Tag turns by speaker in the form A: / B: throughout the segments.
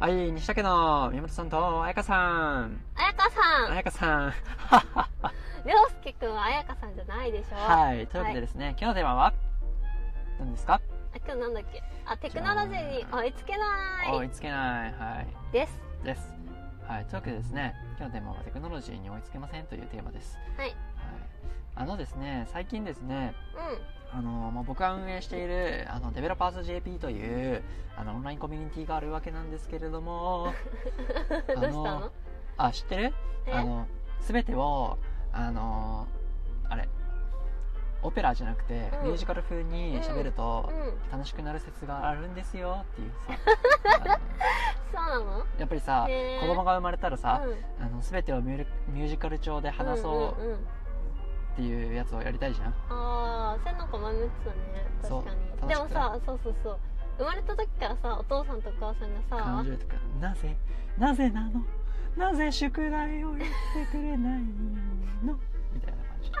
A: はい、西竹の宮本さんと彩香さん。
B: あやかさん、
A: 彩香さん。
B: りょうすけくんはあやかさんじゃないでしょ
A: はい、というわけでですね、今日のテーマは、何ですか
B: あ、今日なんだっけあ、テクノロジーに追いつけな
A: 追いつけない。はい
B: です。
A: い。です。はい、というわけでですね、今日のテーマはテクノロジーに追いつけませんというテーマです。
B: はい。
A: はい。あのですね、最近ですね、
B: う
A: あの、まあ、僕が運営している、あの、デベロパーズ JP という、あの、オンラインコミュニティがあるわけなんですけれど も、
B: ん。どうしたの
A: あ、知ってる
B: え
A: あの、すべてを、あのーあれ、オペラじゃなくて、
B: うん
A: ミュージカル風に喋ると
B: う、ん。
A: 楽しくなる説があるんですよっていうさ、 あ
B: そうなの
A: のやっぱりさ、
B: ねえ
A: 子供が生まれたらさ、
B: うん。
A: あの、すべてをミュールミュージカル調で話そ
B: うんんうん。
A: うっていうやつをやりたいじゃん。
B: あー、それなんか前も言ってたね。
A: そう
B: 確かに。
A: 楽
B: で
A: しく
B: もさ、そうそうそう。生まれた時からさ、お父さんとお母さんがさ
A: 感、情とか、なぜ、なぜなのなぜ宿題をやってくれないのみたいな感じ。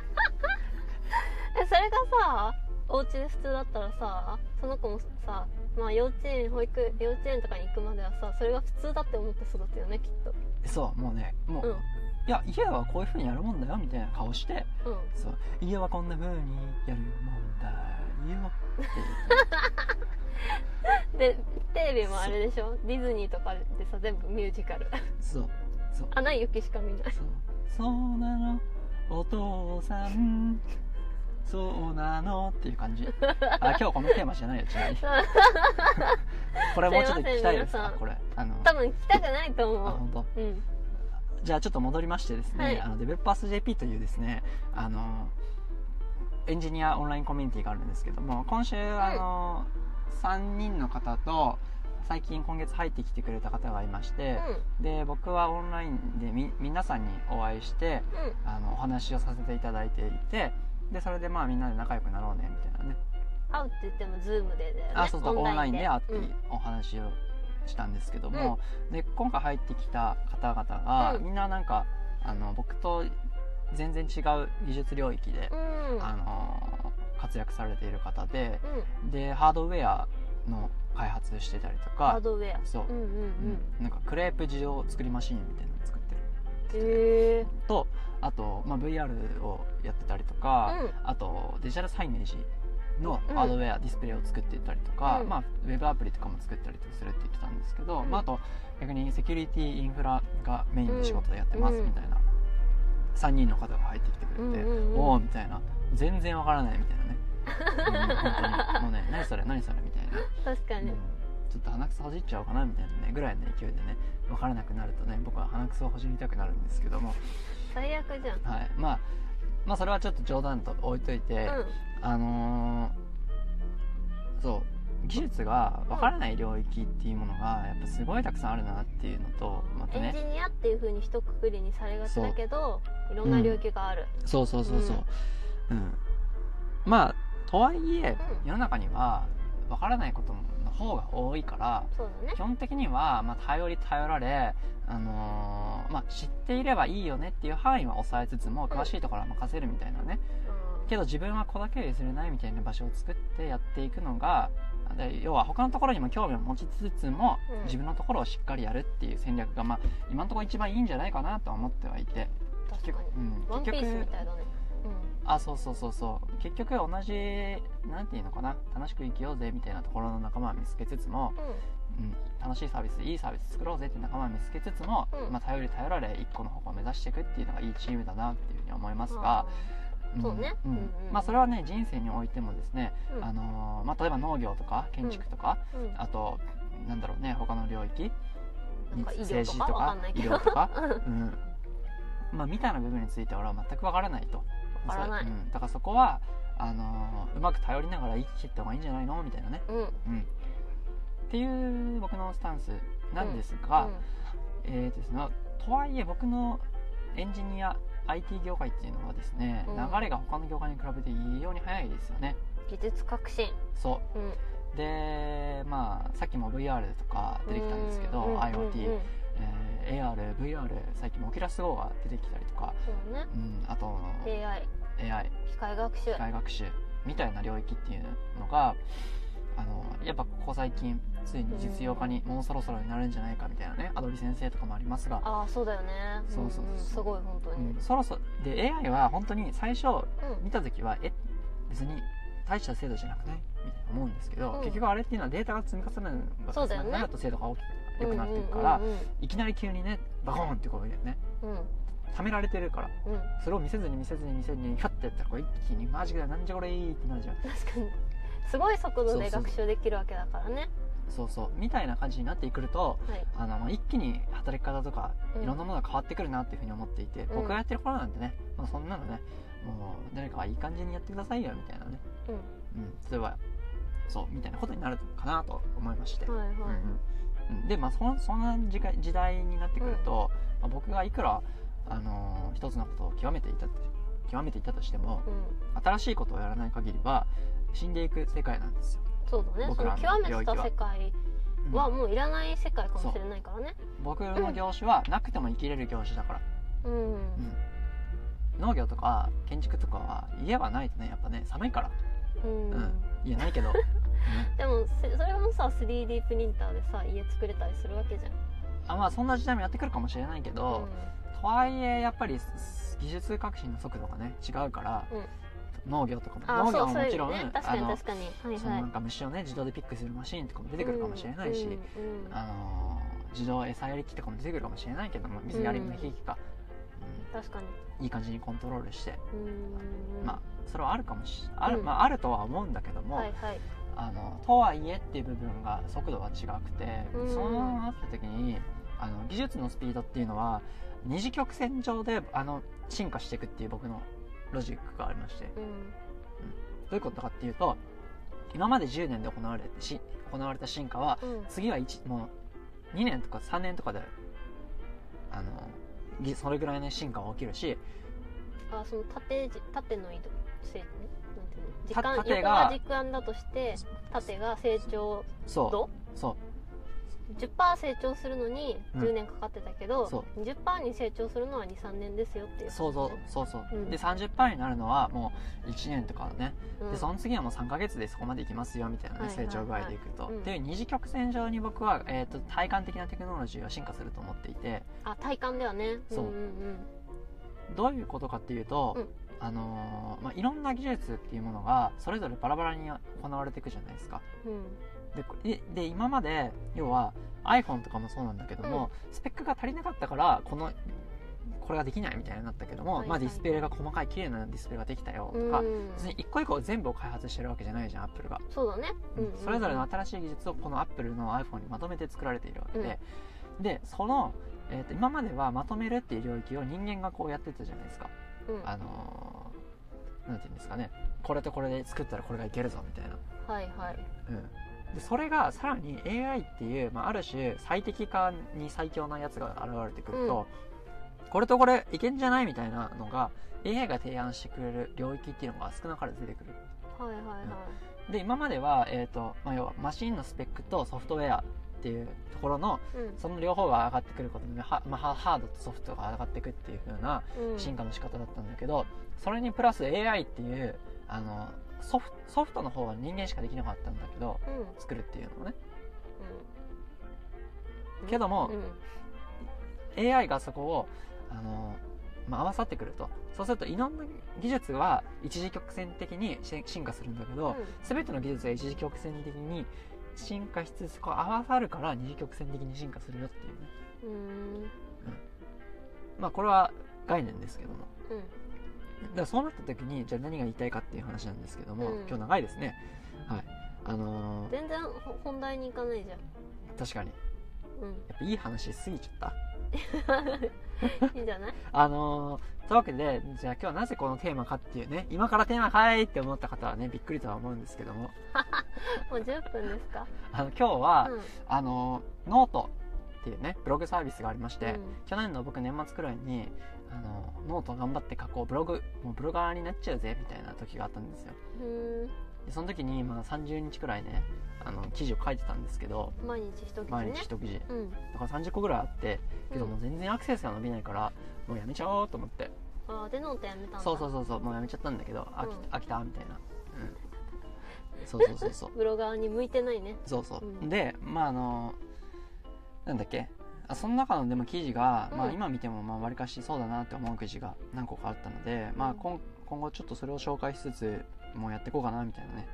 B: え、それがさ、お家で普通だったらさ、その子もさ、まあ幼稚園、保育、幼稚園とかに行くまではさ、それが普通だって思って育つよね、きっと。
A: そう、もうね、もう、
B: うん。
A: いや、家はこういう風にやるもんだよ、みたいな顔して、
B: うん。
A: そう、家はこんな風にやるもんだよ、って
B: でテレビもあれでしょディズニーとかでさ全部ミュージカル
A: 言って。そう、そう、
B: 穴雪しか見ない
A: そう、そうなの、お父さん、そうなの、っていう感じ。あ、今日このテーマじゃないよ、ちなみに。これもうちょっと聞きたいです
B: すい
A: か
B: ません皆さん
A: これ。あの、
B: 多分来たくないと
A: あ、
B: 思
A: 本当。
B: ううん
A: じゃあちょっと戻りましてですね、
B: はい
A: あのデベロッパース JP というですねあのエンジニアオンラインコミュニティがあるんですけども今週、あの3人の方と最近今月入ってきてくれた方がいまし
B: う
A: て、
B: ん
A: で僕はオンラインでみ皆さんにお会いして
B: うん
A: あのお話をさせていただいていてでそれでまあみんなで仲良くなろうねみたいなね
B: 会うって言ってもズームでだよね
A: あそうそうオンラインで会って
B: うん
A: お話をしたんですけども、で今回入ってきた方々が、
B: うん
A: みんななんかあの僕と全然違う技術領域で
B: う、んうん
A: あの活躍されている方ででハードウェアの開発してたりと
B: ハー
A: か、
B: ドウェア
A: そう
B: うんうんうん
A: うんなんかクレープ自動作りマシーンみたいなの作ってる
B: へえ
A: とあと、まあ、VR をやってたりとか、
B: うん
A: あとデジタルサイネージのハードウェア、ディスプレイを作っていたりとか、
B: うん
A: まあ、ウェブアプリとかも作ったりとかするって言ってたんですけど、
B: うん
A: まあ、あと逆にセキュリティインフラがメインで仕事でやってます
B: うん
A: みたいな、3人の方が入ってきてくれて、
B: うんうんうん
A: おおみたいな全然わからないみたいな ね、うん本当にもうね何それ何それみたいな、
B: 確かに
A: うんちょっと鼻くそほじっちゃおうかなみたいなねぐらいの勢いでねわからなくなるとね僕は鼻くそをほじりたくなるんですけども
B: 最悪じゃん
A: はい、まあまあそれはちょっと冗談と置いといて、
B: うん
A: あのーそう技術がわからない領域っていうものがやっぱすごいたくさんあるなっていうのとまた
B: エンジ
A: ね
B: ニアっていう風に一括りにされがちだけどいろんな領域がある
A: そうそうそうそううん、まあとはいえ
B: うん
A: 世の中にはわからないことの方が多いから
B: そうだね
A: 基本的には、まあ、頼り頼られ、あのーまあ、知っていればいいよねっていう範囲は抑えつつも詳しいところは任せるみたいなね、
B: うん
A: けど自分はこだけは譲れないみたいな場所を作ってやっていくのがで要は他のところにも興味を持ちつつも、
B: うん
A: 自分のところをしっかりやるっていう戦略が、まあ、今のところ一番いいんじゃないかなとは思ってはいて
B: 確かに
A: うん
B: ワンピースみ
A: 結局
B: たいだねうん
A: あそうそうそうそう結局同じなんていうのかな楽しく生きようぜみたいなところの仲間を見つけつつも、
B: うん
A: うん、楽しいサービスいいサービス作ろうぜって仲間を見つけつつも、
B: うん
A: まあ、頼り頼られ一個の方向を目指していくっていうのがいいチームだなっていうふうに思いますが、ん
B: そうね
A: うん
B: うんうん
A: まあ、それはね人生においてもですね、
B: うん
A: あのーまあ、例えば農業とか建築とか、
B: うん
A: あとなんだろうね他の領域
B: なんか医療
A: 政
B: と
A: 治
B: か
A: と
B: わか
A: か
B: んない
A: 医
B: けど
A: 療と か、
B: うん
A: うんまあ、みたいな部分について俺は全くわからないと
B: わからない
A: そううん、だからそこはあのーうまく頼りながら生きていった方がいいんじゃないのみたいなね、
B: うん
A: うん、っていう僕のスタンスなんですが、
B: うん
A: えーとですね、とはいえ僕のエンジニア IT 業界っていうのはですね、
B: うん
A: 流れが他の業界に比べて異様に早いですよね
B: 技術革新
A: そ
B: うん
A: うでまあさっきも VR とか出てきたんですけど、
B: うん
A: IoT、
B: うんうん
A: えー ARVR 最近も OculusGo が出てきたりとか、
B: そうね
A: うん、あと
B: AI
A: AI
B: 機械学習
A: 機械学習みたいな領域っていうのがあのやっぱここ最近ついに実用化にもうそろそろになるんじゃないかみたいなねアドリ先生とかもありますが、
B: ああそうだよね
A: そうそうそうん
B: んすごい本当
A: う
B: に、
A: ん、そろそろで AI は本当に最初
B: うん
A: 見た時はえ別に大した精度じゃなくないみたいな思うんですけど、
B: うん
A: 結局あれっていうのはデータが積み重なるのが
B: そうだよね
A: 重なると精度が大きく良くなっていくから、
B: うんうん
A: いきなり急にねバコーンってこうね
B: うん
A: ためられてるから
B: うん、うん
A: それを見せずに見せずに見せずにひょってやったらこう一気にマジでなんじゃこれいいってなるじゃん
B: 確かにすごい速度で学習できるわけだからね
A: そうそうみたいな感じになってくると
B: はい
A: あの一気に働き方とか
B: うん
A: いろんなものが変わってくるなっていうふうに思っていて、
B: ん
A: 僕がやってる頃なんてね、まあ、そんなのねもう誰かがいい感じにやってくださいよみたいなね、
B: う
A: う
B: ん
A: ん、例えばそうみたいなことになるかなと思いまして、
B: はいはい、
A: うんうんうんでまあそんそんな時代時代になってくると、まあ、僕がいくら、あのー一つのことを極めていたって極めていたとしても
B: うん
A: 新しいことをやらない限りは死んでいく世界なんですよ、
B: そうだねそ
A: 僕ら
B: の
A: の
B: 極めてた
A: 領域は
B: 世界
A: うん
B: はもういらない世界かもしれないからね
A: 僕の業種はなくても生きれる業種だから
B: うん、
A: 農業とか建築とかは家はないとねやっぱね寒いから
B: うん
A: うん家ない けど、うん
B: でもせそれもさ 3D プリンターでさ家作れたりするわけじゃん、
A: あまあそんな時代もやってくるかもしれないけ
B: う
A: ど、
B: ん
A: とはいえやっぱりす技術革新の速度がね違うから、農業とかも
B: あ
A: 農業は
B: そうそう
A: も
B: い
A: ち
B: う
A: ろん、
B: ね、確
A: あ
B: かに
A: の
B: 確かにはい
A: その
B: はい
A: なんか虫をね自動でピックするマシーンとかも出てくるかもしれないし、
B: うんうんうん
A: あのー自動餌やり機とかも出てくるかもしれないけども水やりの機器か、
B: 確かに
A: うんいい感じにコントロールして、
B: うん
A: まあそれはあるかもしある、
B: うん
A: まああるとは思うんだけども、
B: はいはい
A: あのとはいえっていう部分が速度は違くて、
B: うん
A: そうなった時にあの技術のスピードっていうのは二次曲線上であの進化していくっていう僕のロジックがありましてど
B: うん
A: ういうことかっていうと今まで10年で行われし行われた進化は
B: うん
A: 次は1もう2年とか3年とかであのぎそれぐらいの進化が起きるし
B: あその縦じ縦の移動せなんていうの時
A: た
B: 間
A: 縦
B: 横
A: が
B: が時間だとして縦が成長
A: そ
B: 度
A: うそう
B: 10%成長するのに
A: うん
B: 10年かかってたけど、
A: そ
B: 20%に成長するのは23年ですよっていう
A: そうそうそうそう、
B: うん
A: で30%になるのはもう1年とかね
B: うん
A: でその次はもう3ヶ月でそこまでいきますよみたいな、ね
B: はいはいはい
A: 成長具合でいくと、
B: うん
A: っていう二次曲線上に僕は、えー、と体感的なテクノロジーは進化すると思っていて
B: あ体感ではね
A: そうん
B: うん
A: どういうことかっていうと、
B: うん
A: あのーまあ、いろんな技術っていうものがそれぞれバラバラに行われていくじゃないですか
B: うんうん
A: でこでで今まで要は iPhone とかもそうなんだけども、スペックが足りなかったからこのこれができないみたいになったけども、
B: はいはい
A: まあ、ディスプレイが細かい綺麗なディスプレイができたよとか、
B: うん
A: 別に一個一個全部を開発してるわけじゃないじゃんアップルが
B: そうだね、うんうんうん
A: それぞれの新しい技術をこのアップルの iPhone にまとめて作られているわけで、でその、えー、と今まではまとめるっていう領域を人間がこうやってたじゃないですか
B: うんは
A: あのーなんていうんですかねこれとこれで作ったらこれがいけるぞみたいな、
B: いはい
A: うん、でそれがさらに AI っていう、まあ、ある種最適化に最強なやつが現れてくると、これとこれいけんじゃないみたいなのが AI が提案してくれる領域っていうのが少なからず出てくる
B: はいはいはい
A: で今までは、えーとまあ、要はマシンのスペックとソフトウェアっていうところの
B: うん
A: その両方が上がってくることで、はまあ、ハハードとソフトが上がってくっていう風な
B: うん
A: 進化の仕方だったんだけど、それにプラス AI っていうあのソフソフトの方は人間しかできなかったんだけど
B: うん
A: 作るっていうのもね
B: うん
A: けども
B: うん
A: AI がそこをあの、まあ、合わさってくるとそうするといろんな技術は一時曲線的にし進化するんだけど、全ての技術が一時曲線的に進化しつつこう合わさるから二次曲線的に進化するよっていうね
B: うんうん
A: まあこれは概念ですけども
B: うん
A: だからそうなった時にじゃあ何が言いたいかっていう話なんですけども、
B: うん
A: 今日長いですねはいあのー
B: 全然ほ本題に行かないじゃん
A: 確かにやっぱいい話しすぎちゃっ
B: うん いいんじゃない
A: たあのーというわけでじゃあ今日はなぜこのテーマかっていうね今からテーマかいって思った方はねびっくりとは思うんですけども
B: もう10分ですか
A: あの今日は、
B: うん
A: あのーノートっていうねブログサービスがありまして、
B: うん
A: 去年の僕年末くらいにあのノート頑張って書こうブログもうブロガーになっちゃうぜみたいな時があったんですよ
B: うん
A: でその時に、まあ、30日くらいねあの記事を書いてたんですけど
B: 毎日一つ
A: 毎
B: ね
A: 日一記事
B: うん
A: だから30個ぐらいあってけどもう全然アクセスが伸びないからもうやめちゃおうと思って
B: あーでノートやめたんだ
A: そうそううそうそうもうやめちゃったんだけど飽き,、
B: うん
A: 飽きたみたいな、うんそうそうそうそう
B: ブロガーに向いてないね
A: そうそう、
B: うん
A: でまああのなんだっけあその中のでも記事が、ま
B: う
A: あ、
B: ん
A: 今見てもまあ割かしそうだなって思う記事が何個かあったので、まあ、今今後ちょっとそれを紹介しつつもうやっていこうかなみたいなね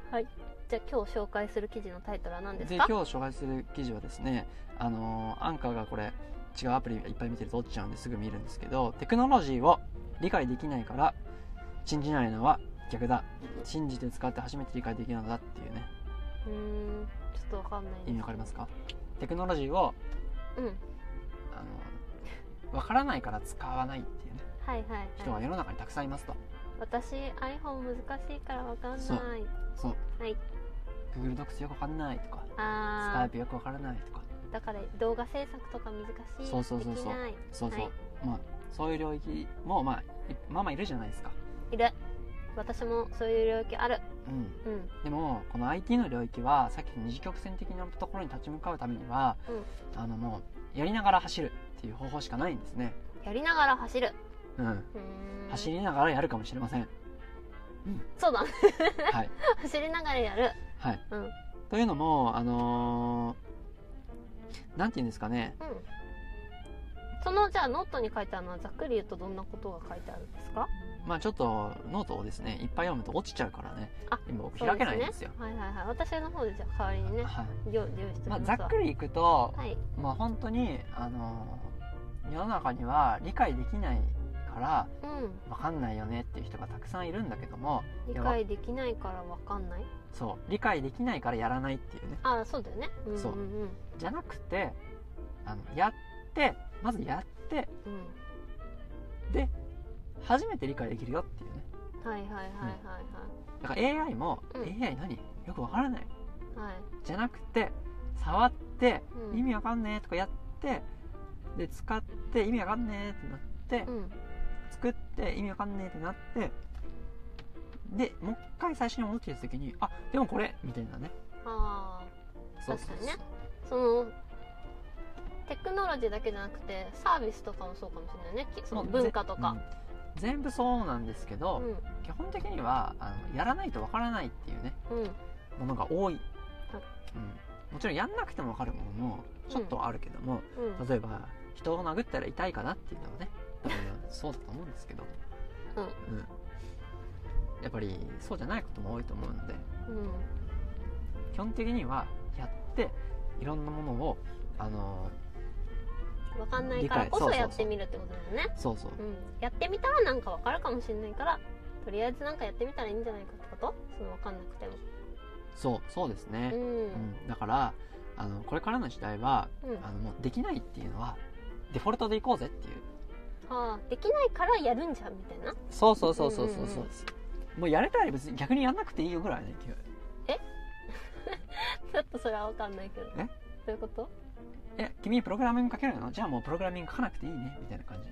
B: じゃあ今日紹介する記事のタイトルは何です
A: で
B: か
A: 今日紹介する記事はですねあのアンカーがこれ違うアプリいっぱい見てると落ちちゃうんですぐ見るんですけどテクノロジーを理解できないから信じないのは逆だ信じて使って初めて理解できるのだっていうね
B: うーんちょっとわかんない
A: 意味わかりますかテクノロジーを
B: うんはい
A: あの分からないから使わないっていうね
B: はいはい
A: 人が世の中にたくさんいますと
B: 私 iPhone 難しいからわかんない
A: そうそう
B: はい
A: Google Docs よく分かんないとかスカ
B: あ
A: イプよく分からないとか
B: ーだから動画制作とか難しい
A: そうそうそうそう
B: できない
A: そうそう、
B: はい
A: まあそういう領域もまあいまあまあいるじゃないですか
B: いる私もそういう領域ある
A: うん
B: うん
A: でもこの IT の領域はさっきの二次曲線的なところに立ち向かうためには、あのもうやりながら走るっていう方法しかないんですね、
B: やりながら走る
A: うん、
B: うーん
A: 走りながらやるかもしれません
B: そうだ
A: はい、
B: 走りながらやる
A: はい、
B: うん
A: というのもあのーなんて言うんですかね
B: うんそのじゃあノートに書いてあるのはざっくり言うとどんなことが書いてあるんですか
A: まあちょっとノートをですねいっぱい読むと落ちちゃうからね
B: あ
A: 今僕
B: そう
A: 開けないんですよ
B: はいはいはい私の方でじゃあ代わりにね
A: はい
B: 用用意して
A: ま
B: お
A: あ、
B: きます
A: ざ
B: わ
A: っくりいくと、
B: はい
A: まあ本当にあのー世の中には理解できないから
B: うん
A: 分かんないよねっていう人がたくさんいるんだけども
B: 理解できないからわかんない
A: そう理解できないからやらないっていうね
B: ああそうだよねうんうん
A: そう
B: うん
A: じゃなくてあのやってまずやって
B: うん
A: で初めて理解できるよっていうね
B: はいはいはいはい
A: だから AI も、
B: うん
A: AI 何よくわからない
B: はいはい
A: じゃなくて触って、
B: うん
A: 意味わかんねえとかやってで使って意味わかんねえってなって、
B: うん
A: 作って意味わかんねえってなってでもう一回最初に戻ってきた時にあでもこれみたいなね
B: ああ
A: そうそうそう
B: 確かにそのテクノロジーだけじゃなくてサービスとかもそうかもしれないねきその
A: もう
B: 文化とか、
A: ぜうん全部そうなんですけど、
B: う
A: 基本的にはあのやらないとわからないっていうね
B: んうん
A: ものが多い、
B: はい
A: うん、もちろんやんなくてもわかるものもちょっとはあるけども、
B: うん
A: 例えば人を殴ったら痛いかなっていうのはね多分そうだと思うんですけど、
B: うん
A: うんやっぱりそうじゃないことも多いと思うので
B: うん
A: 基本的にはやっていろんなものをあの
B: 分かんないからこ
A: 理
B: そ
A: 解そうそうそう
B: やってみるってことだよね
A: そうそう
B: うんやってみたらなんか分かるかもしれないからとりあえずなんかやってみたらいいんじゃないかってことその分かんなくても
A: そうそうですね
B: う、ん
A: うんだからあのこれからの時代は
B: うん
A: あのもうできないっていうのはデフォルトでいこうぜっていう
B: あーできないからやるんじゃんみたいな
A: そうそうそうそうそうそう
B: うんうんうん
A: もうやれたら別に逆にやんなくていいよぐらいの勢い
B: ちょっとそれは分かんないけど
A: え
B: どういうこと
A: え君プログラミング書けるのじゃあもうプログラミング書かなくていいねみたいな感じ、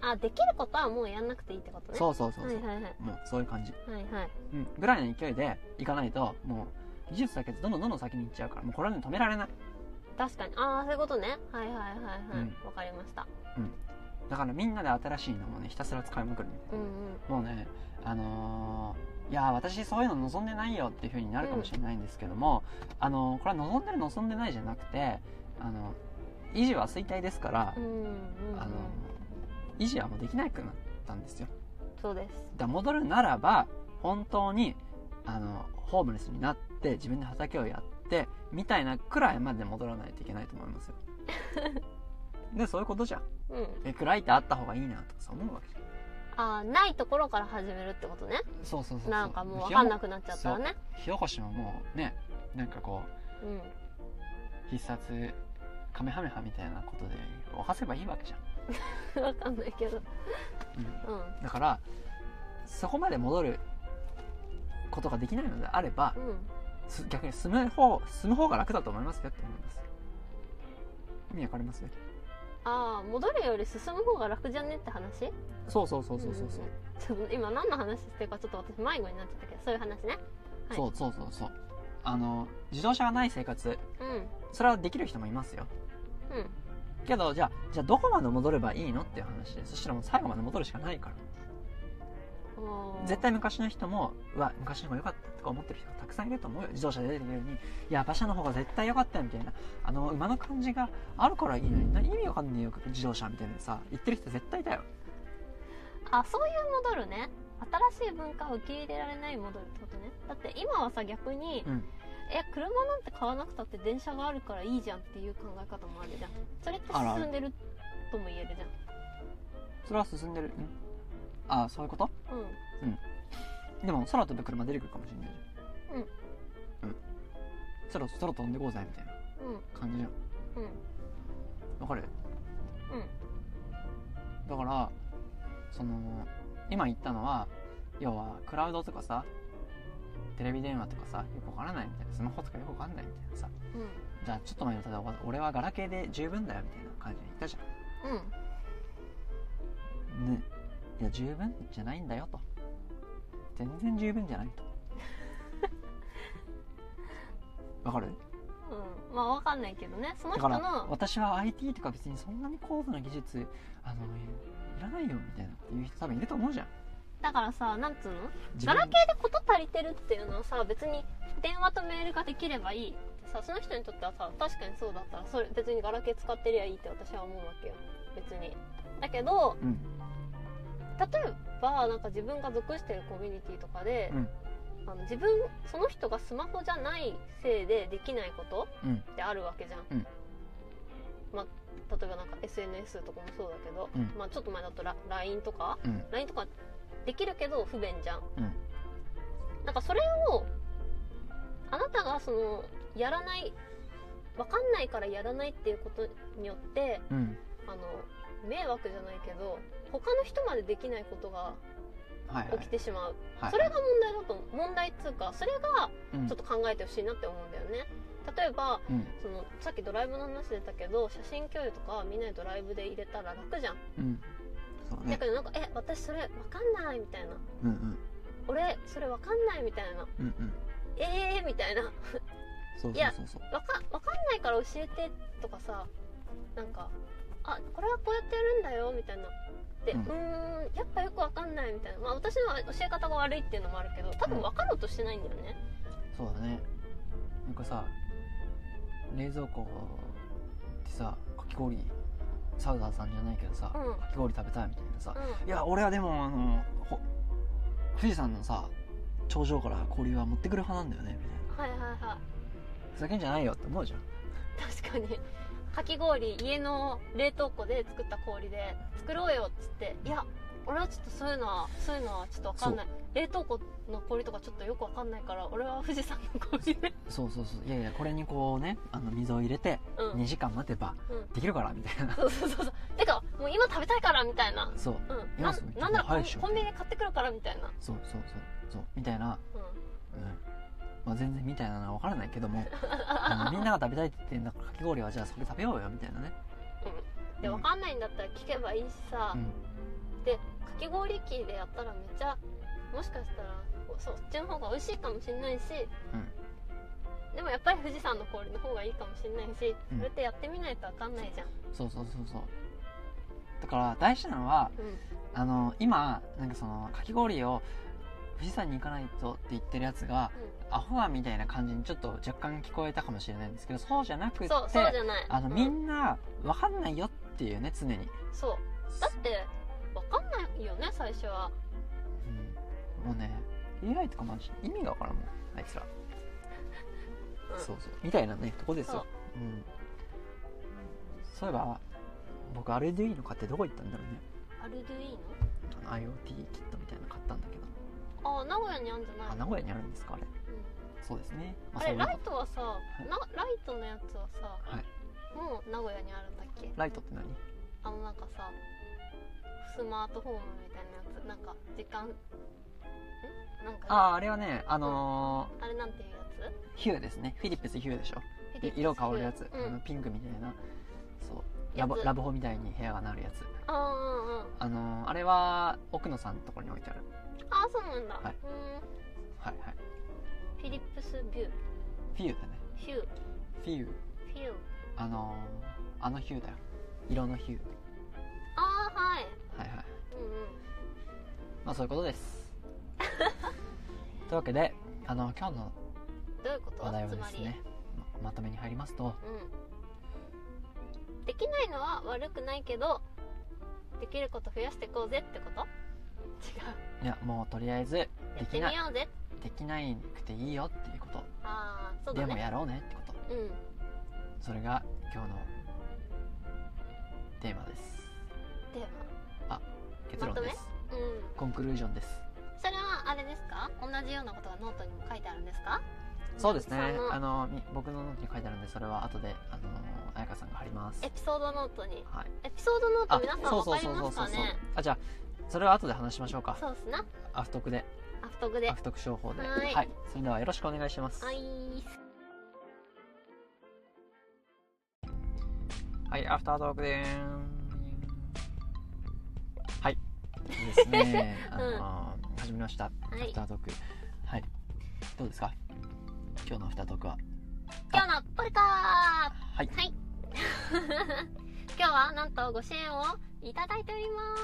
B: あできることはもうやんなくていいってことね
A: そうそうそうそう、
B: はいはいはい
A: もうそういう感じ、
B: はいはい
A: うん、ぐらいの勢いでいかないともう技術だけでどんどんどんどん先に行っちゃうからもうこれはね止められない
B: 確かにああそういうことねはいはいはいはい、
A: うん
B: わかりました
A: だからみんなで新しいのをねひたすら使いまくるみた
B: う
A: い
B: ん
A: な、
B: うん
A: もうねあのーいやー私そういうの望んでないよっていうふうになるかもしれないんですけども、あのーこれは望んでる望んでないじゃなくてあの維持は衰退ですから、
B: うんうん、うん、
A: あの維持はもうできなくなったんですよ
B: そうです
A: だから戻るならば本当にあのホームレスになって自分で畑をやってみたいなくらいまで戻らないといけないと思います よでそういうことじゃん
B: うん
A: え暗いってあった方がいいなとかさ思うわけじゃん
B: あーないところから始めるってことね
A: そうそうそうそう
B: なんかもう分かんなくなっちゃったらね
A: 火起こしももうねなんかこう
B: うん
A: 必殺カメハメハみたいなことで起かせばいいわけじゃん、
B: 分かん ないけど
A: うん
B: うん
A: だからそこまで戻ることができないのであれば
B: うん
A: す逆に住む方住む方が楽だと思いますよって思います意味わかりますね
B: ああ戻るより進む方が楽じゃねって話ち
A: そうそうそうそうそうそう、
B: ょっと今何の話してるかちょっと私迷子になっちゃったけどそういう話ねはい
A: そうそうそうそうあの自動車がない生活
B: うん
A: それはできる人もいますよ
B: うん
A: けどじゃあじゃあどこまで戻ればいいのっていう話でそしたらもう最後まで戻るしかないから
B: あー
A: 絶対昔の人もうわ昔の方が良かったとか思ってる人がたくさんいると思うよ自動車で出てくるようにいや馬車の方が絶対良かったよみたいなあの馬の感じがあるからいいのに何意味わかんねえよ自動車みたいなさ言ってる人絶対いたよ
B: あそういう戻るね新しい文化を受け入れられない戻るってことねだって今はさ逆に、
A: うん
B: え車なんて買わなくたって電車があるからいいじゃんっていう考え方もあるじゃんそれって
A: あるある
B: 進んでるとも言えるじゃん
A: それは進んでるんああそういうこと
B: うん
A: でも空飛ぶ車出てくるかもしれないじゃんうん空空飛んでこうぜみたいな
B: うん
A: 感じじゃん
B: うん
A: わかる
B: うん
A: だからその今言ったのは要はクラウドとかさテレビ電話とかさよくわからないみたいなスマホとかよくわかんないみたいなさじゃあちょっと前の例えば俺はガラケーで十分だよみたいな感じで言ったじ
B: う
A: ゃ
B: んうん
A: んねいや十分じゃないんだよと全然十分じゃない とわかる
B: うんまあわかんないけどねその
A: だ
B: 人
A: か
B: の
A: ら私は IT とか別にそんなに高度な技術あのいらないよみたいなっていう人多分いると思うじゃん
B: だからさなんつうの
A: 自
B: ガ
A: 分
B: ラケーで事足りてるっていうのはさ別に電話とメールができればいいさその人にとってはさ確かにそうだったらそれ別にガラケー使ってりゃいいって私は思うわけよ別にだけど
A: うん
B: 例えばなんか自分が属してるコミュニティとかで、
A: うん
B: あの自分その人がスマホじゃないせいでできないこと
A: うん
B: ってあるわけじゃん、
A: うん
B: まあ例えばなんか SNS とかもそうだけど、
A: うん
B: まあ、ちょっと前だとラ LINE とか
A: うん
B: LINE とかできるけど不便じゃん、
A: うん
B: なんかそれをあなたがそのやらないわかんないからやらないっていうことによって
A: うん
B: あの迷惑じゃないけど他の人までできないことが
A: はいはい
B: 起きてしまう、
A: はい
B: それが問題だと思う問題っつうかそれが
A: うん
B: ちょっと考えてほしいなって思うんだよね例えば
A: うん
B: そのさっきドライブの話出たけど写真共有とかみんなでドライブで入れたら楽じゃん、
A: うんそう
B: だ
A: ね
B: けどなんか「え私それわかんない」みたいな
A: うんうん
B: 「俺それわかんない」みたいな
A: うんうん
B: 「ええー」みたいな「
A: そう
B: い
A: そう
B: や
A: そうそう
B: わかわかんないから教えて」とかさなんか「あこれはこうやってやるんだよ」みたいなで
A: う
B: 「う
A: ん
B: ーんやっぱよくわかんない」みたいなまあ私の教え方が悪いっていうのもあるけど多分わかろうとしてないんだよね
A: そうだねなんかさ冷蔵庫ってさかき氷サウダーさんじゃないけどさ、
B: うんうん
A: かき氷食べたいみたいなさ、いや俺はでもあのほ富士山のさ頂上から氷は持ってくる派なんだよねみたいな
B: はいはいは
A: ふざけんじゃないよって思うじゃん
B: い確かにかき氷家の冷凍庫で作った氷で作ろうよっつっていや俺はちょっとそういうのはそういうのはちょっとわかんない冷凍庫の氷とかちょっとよくわかんないから俺は富士山の氷で
A: そうそうそういやいやこれにこうねあの水を入れて
B: うん
A: 2時間待てば
B: うん
A: できるからみたいな
B: そうそうそうそうてかもう今食べたいからみたいな
A: そう
B: うん
A: 今
B: な
A: すぐ行って
B: なんならコ
A: 早
B: ン
A: くしよう
B: コンビニで買ってくるからみたいな
A: そうそうそうそうみたいな、
B: うん
A: うんまあ、全然みたいなのは分からないけどもあのみんなが食べたいって言ってんだからかき氷はじゃあそれ食べようよみたいなね
B: で
A: うん
B: わかんないんだったら聞けばいいしさ、
A: うん
B: でかき氷機でやったらめっちゃもしかしたらそっちの方が美味しいかもしれないし、でもやっぱり富士山の氷の方がいいかもしれないし、
A: うん
B: それってやってみないとわかんないじゃん、
A: そうそうそうそうだから大事なのは
B: うん
A: あの今なんかそのかき氷を富士山に行かないとって言ってるやつがアホアみたいな感じにちょっと若干聞こえたかもしれないんですけどそうじゃなく
B: う
A: て
B: ん、そうそうじゃない
A: あの
B: うん
A: みんな分かんないよっていうね常に、
B: そうだってわかんないよね最初は
A: うん、もうね AI とかマジ意味が分からんもんあいつら、
B: うん
A: そうそうみたいなねとこです
B: そう
A: よそう,、ん、そういえば僕 RDE の買ってどこ行ったんだろうね
B: アルドゥイー
A: あの IoT キットみたいなの買ったんだけど
B: ノあ名古屋にあるんじゃない
A: あ名古屋にあるんですかあれ
B: うん
A: そうですね、ま
B: あ
A: あ、そう
B: れ
A: いうこ
B: ライ
A: と
B: トはさ、なライトのやつはさ、
A: はい
B: もう名古屋にあるんだっけ
A: ライトって何
B: あのなんかさスマートフォンみたいなやつなんか時間んなんか
A: あああれはねあの
B: あれなんていうや
A: ー
B: つ
A: ヒューですねフィリップスヒューでしょ
B: フィリップス
A: 色変わるやつ、
B: う
A: あの
B: ん、
A: ピンクみたいなそうラボ
B: やつ
A: ラブホみたいに部屋がなるやつ
B: あーあー
A: あのーあれは奥野さんのところに置いてある
B: あーあーそうなんだ、
A: はいう
B: ーん
A: はいはい
B: フィリップスビュー
A: フィューだね
B: ヒュー
A: フィュー
B: フィュー
A: あのーあのヒューだよ色のヒュー
B: ああはい
A: はいはい
B: うんうん
A: まあそういうことですというわけであの今日の
B: どういうこと
A: 話題は
B: つ
A: で
B: ますり、
A: ねままとめに入りますと
B: うん、できないのは悪くないけどできること増やしていこうぜってこと違う
A: いやもうとりあえず
B: や
A: でき
B: って
A: な
B: み
A: い
B: ようぜ
A: できないくていいよっていうこ
B: ああ
A: と
B: そうだ
A: でも
B: ね
A: やろうねってこと
B: うん
A: それが今日のテーマです
B: でも
A: 結論です、
B: うん
A: コンクルージョンです
B: それはあれですか同じようなことがノートにも書いてあるんですか
A: そうですね
B: その
A: あのみ僕のノートに書いてあるんでそれは後であの彩香さんが貼ります
B: エピソードノートに
A: はい
B: エピソードノート皆さ
A: そ
B: ん
A: う
B: 分
A: そう
B: かり
A: そうそ
B: ま
A: う
B: す
A: そう
B: か
A: そう
B: ね
A: あじゃあそれは後で話しましょうか
B: そうっすな
A: アフトクで
B: アフトグで
A: アフトク商法で
B: はーい
A: それではよろしくお願いします
B: あいーす
A: はいアフタートークでーん はいですね、あのー始めました、
B: い
A: アフタートークはいどうですか今日のアフタートークは
B: 今日のポルカー
A: はい
B: はい今日はなんとご支援をいただいております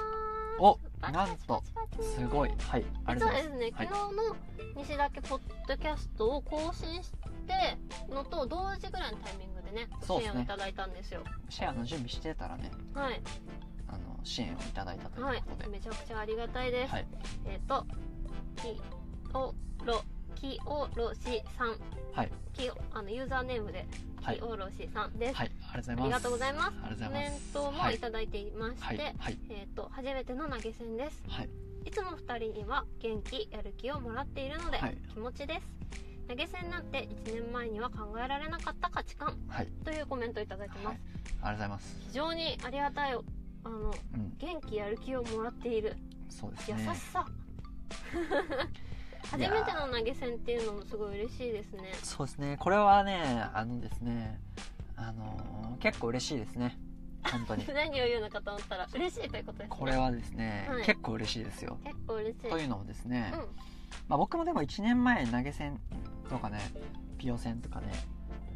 A: お
B: パチ
A: な
B: パ
A: ん
B: チ
A: と
B: パチパチ
A: すごいはいありが
B: そ
A: と
B: う
A: うご
B: で
A: ざいますはい
B: すね、昨日の西だけポッドキャストを更新してのと同時ぐらいのタイミングでね
A: そう
B: ご
A: です
B: 支援
A: ね
B: をいただいたんですよ
A: シェアの準備してたらね
B: はい
A: あの支援をいただいたと
B: は
A: いう
B: い
A: ことで、
B: めちゃくちゃありがたいです、
A: はい
B: えっ、ときおろきおろしさん
A: はい
B: きおあのユーザーネームで
A: は
B: き
A: い、
B: おろしさんです、
A: はい、ありがとうございます。
B: ありがと
A: あ
B: うございます
A: りが
B: コ
A: とうござい
B: メ
A: ま
B: ン
A: す。
B: トも
A: はい
B: ただいていまして、
A: はい、はい、
B: えっ、と初めての投げ銭です
A: はい、
B: いつも2人には元気やる気をもらっているので、
A: はい
B: 気持ちです投げ銭なんて1年前には考えられなかった価値観
A: はい、
B: というコメントをいただきます、
A: はいありがとうございます。
B: 非常にありがたいあの
A: うん、
B: 元気やる気をもらっている
A: そうです
B: 優
A: ね。
B: しさ、 初めての投げ銭っていうのもすごい嬉しいですね
A: そうですね。これはね、あのですね、あのー結構嬉しいですね。本 当に。
B: 何を言うのかと思ったら嬉しいということですね
A: これはですね、
B: はい
A: 結構嬉しいですよ。
B: 結構嬉しい
A: というのもですね、
B: うん
A: まあ僕もでも1年前投げ銭とかね、ピオ銭とかね、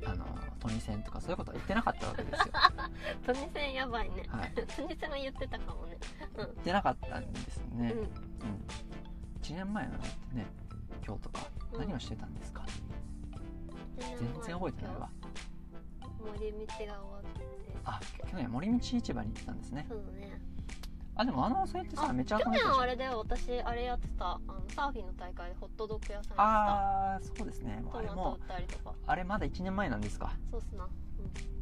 A: あのートニ銭とかそういうことは言ってなかったわけです よ。
B: トニセンやばいね
A: はい、
B: トニセンは言ってたかもね
A: 言ってなかったんです
B: う
A: ね。
B: ん
A: うん、1年前のってね今日とか
B: うん
A: 何をしてたんですか、全然覚えてないわ
B: 森道が終わって
A: あ去年森道市場に行ってたんですね
B: そうだね
A: あでもあのそうやってさめちゃ
B: 去
A: 遊んで
B: 年
A: たじゃ
B: あ
A: ん
B: れだよ私あれやってたあのサーフィンの大会でホットドッグ屋さんや
A: あーそうですね
B: って
A: も
B: た
A: うあ
B: ト
A: れ
B: マト
A: も
B: 売ったりとか
A: あれまだ1年前なんですか
B: そうっすなう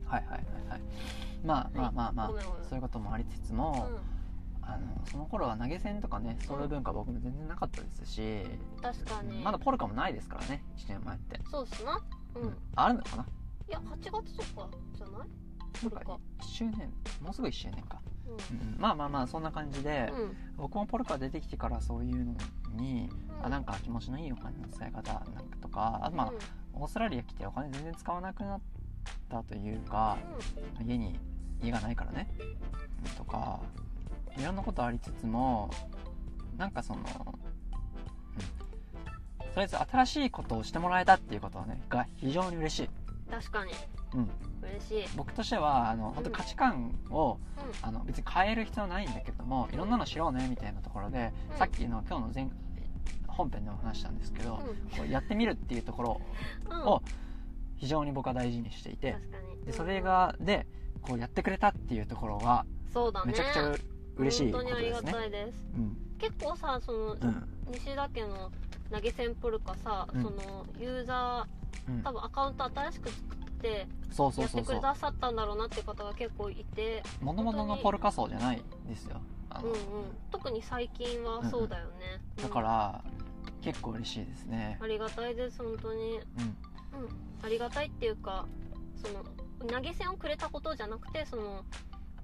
A: はいはいはいはいまあまあまあまあ、
B: ごめんごめん
A: そういうこともありつつ
B: ん、
A: も
B: う、ん、
A: あのその頃は投げ銭とかねそういう文化は僕も全然なかったですし、
B: 確かに
A: まだポルカもないですからね1年前って、
B: そうっすなうん、
A: うんあるのかない
B: や8月とかじゃない
A: な
B: ポ
A: ん
B: ル
A: か
B: カ
A: 1周年もうすぐ1周年か、う、
B: うん
A: まあまあまあそんな感じで、
B: ん、うん
A: 僕もポルカ出てきてからそういうのに、
B: うん、
A: あなん
B: か、
A: か気持ちのいいお金の使い方なんかとかあとまあ、オーストラリア来てお金全然使わなくなったというか
B: う
A: 家に家がないからねとかいろんなことありつつもなんかその、うん、とりあえず新しいことをしてもらえたっていうことはねが非常に嬉しい
B: ん、確かに、
A: うん、
B: 嬉しい、
A: 僕としてはあの本当価値観を、
B: う
A: あの別に変える必要はないんだけどもいろんなの知ろうねみたいなところで、
B: うん
A: さっきの今日の前本編でも話したんですけど、
B: う
A: こうやってみるっていうところ
B: んうん、
A: を非常に僕は大事にしていて、
B: 確かに
A: でそれがでこうやってくれたっていうところは
B: うんそうだ
A: め
B: ね
A: ちゃくちゃ嬉しいこ
B: 本
A: と
B: 当にあり
A: で
B: が
A: すね。
B: たいです
A: うん
B: 結構さその、
A: うん
B: 西田家の投げ銭ポルカさ、
A: うん
B: そのユーザ
A: うん
B: ー多分アカウント新しく作って
A: そうそ
B: や
A: う
B: っ
A: そ
B: て
A: う
B: く
A: そう
B: ださったんだろうなって方が結構いて
A: もともとのポルカ層じゃないですよあ
B: う
A: の、
B: んうん特に最近はそうだよね、うん
A: だから結構嬉しいですね
B: あ、りがたいです本当に
A: うん、
B: ありがたいっていうかその投げ銭をくれたことじゃなくてその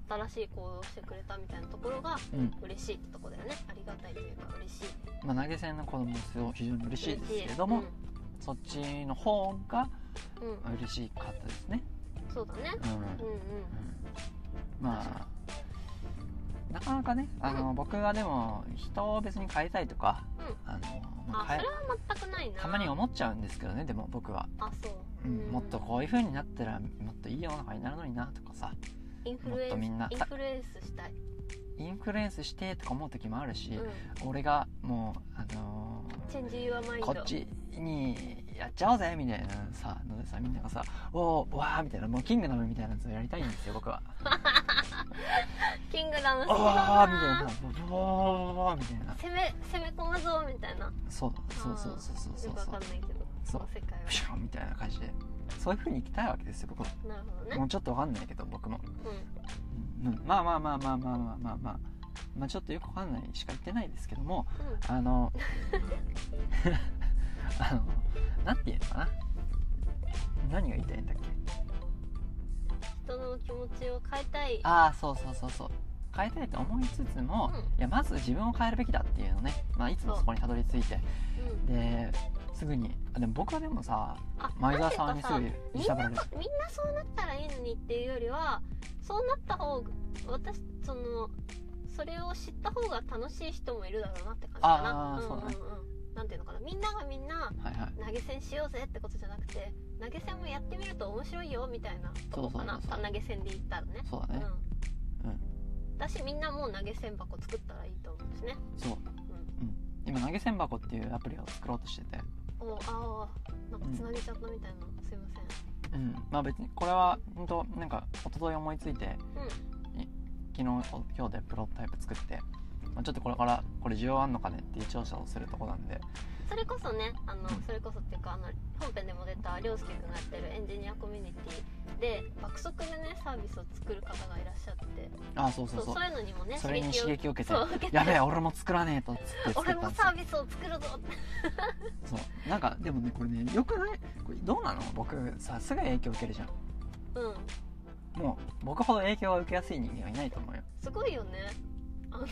B: 新しい行動をしてくれたみたいなところが
A: うん
B: 嬉しいってとこだよねありがたいというか嬉しい
A: まあ、投げ銭の子供もすごい非常に嬉しいですけれども、
B: 嬉し
A: そっちの方が
B: いうん、うん
A: 嬉しかったですね。
B: そうだね
A: うんうん
B: うんうん
A: まあなかなかねあの、僕はでも人を別に変えたいとか、あのま
B: あ
A: あ
B: そ
A: 変え
B: れは全くないな
A: たまに思っちゃうんですけどねでも僕は、
B: あそう、
A: うんもっと
B: こう
A: こういう風になったらもっといい世の中になるのになとかさ
B: インフル
A: も
B: エン
A: っとみんな
B: インフルエンスしたい、
A: インフルエンスしてとか思う時もあるし
B: う、ん、
A: 俺がもうあのー
B: チェンジユアマインド
A: こっちにやっちゃおうぜみたいなさのでさみんながさ「おおわー」みたいなもうキングダムみたいなやつをやりたいんですよ僕は
B: キングダム
A: 「お
B: 好
A: お
B: き
A: ー」み
B: だ
A: たい
B: な
A: なさ「おー」みたいな
B: 攻め攻め込むぞみたいな
A: そうそうそうそうそうそ
B: よ
A: う
B: くわ
A: そ
B: か
A: うん
B: ないけど
A: そう
B: の世界
A: プシュンみたいな感じでそういう風に行きたいわけですよ僕は
B: はなるほどね
A: もうちょっとわかんないけど僕も、
B: うん
A: うん、まあまあまあまあまあまあまあまあまあちょっとよくわかんないしか言ってないですけども
B: うん
A: あの あのなんて言うのかな何が言いたいんだっけ
B: 人の気持ちを変えたい
A: ああそうそうそうそう変えたいと思いつつも、
B: うん
A: いやまず自分を変えるべきだっていうのね、まあ、いつもそこにたどり着いて
B: うん
A: ですぐにあでも僕はでもさ
B: あ
A: 前澤さんにすぐ
B: なんていうか
A: 揺さぶられる
B: さみんなそうなったらいいのにっていうよりはそうなった方が私そのそれを知った方が楽しい人もいるだろうなって感じかな
A: あー
B: んん
A: そうね
B: うんなんていうのかなみんながみんな
A: はいはい
B: 投げ銭しようぜってことじゃなくて投げ銭もやってみると面白いよみたいなとこかな
A: そうそうそうそう
B: 投げ銭で言ったらね
A: そうだね、
B: うん
A: うん
B: だしみんなもう投げ銭箱作ったらいいと思うしね
A: そう、うん、今投げ銭箱っていうアプリを作ろうとしてて
B: おああなんかつなげちゃったみたいな、すいません
A: うんまあ別にこれは本当なんか一昨日思いついて、い昨日今日でプロトタイプ作って、まあ、ちょっとこれからこれ需要あんのかねっていう調査をするとこなんで
B: それこそねあの
A: うん
B: それこそっていうかあの本編でも出た涼介君がやってるエンジニアコミュニティで爆速でねサービスを作る方がいらっしゃって
A: ああそう
B: そ
A: そうう
B: そ
A: そうう
B: いうのにもね
A: それに刺激を受けて
B: そう受けて
A: やべえ俺も作らねえとっつって 作
B: 俺
A: った
B: も
A: んです
B: サ
A: よ
B: ービスを作るぞって
A: そうなんかでもねこれねよくないこれどうなの僕さすぐ影響受けるじゃん
B: うん
A: もう僕ほど影響を受けやすい人間はいないと思うよ
B: すごいよねあの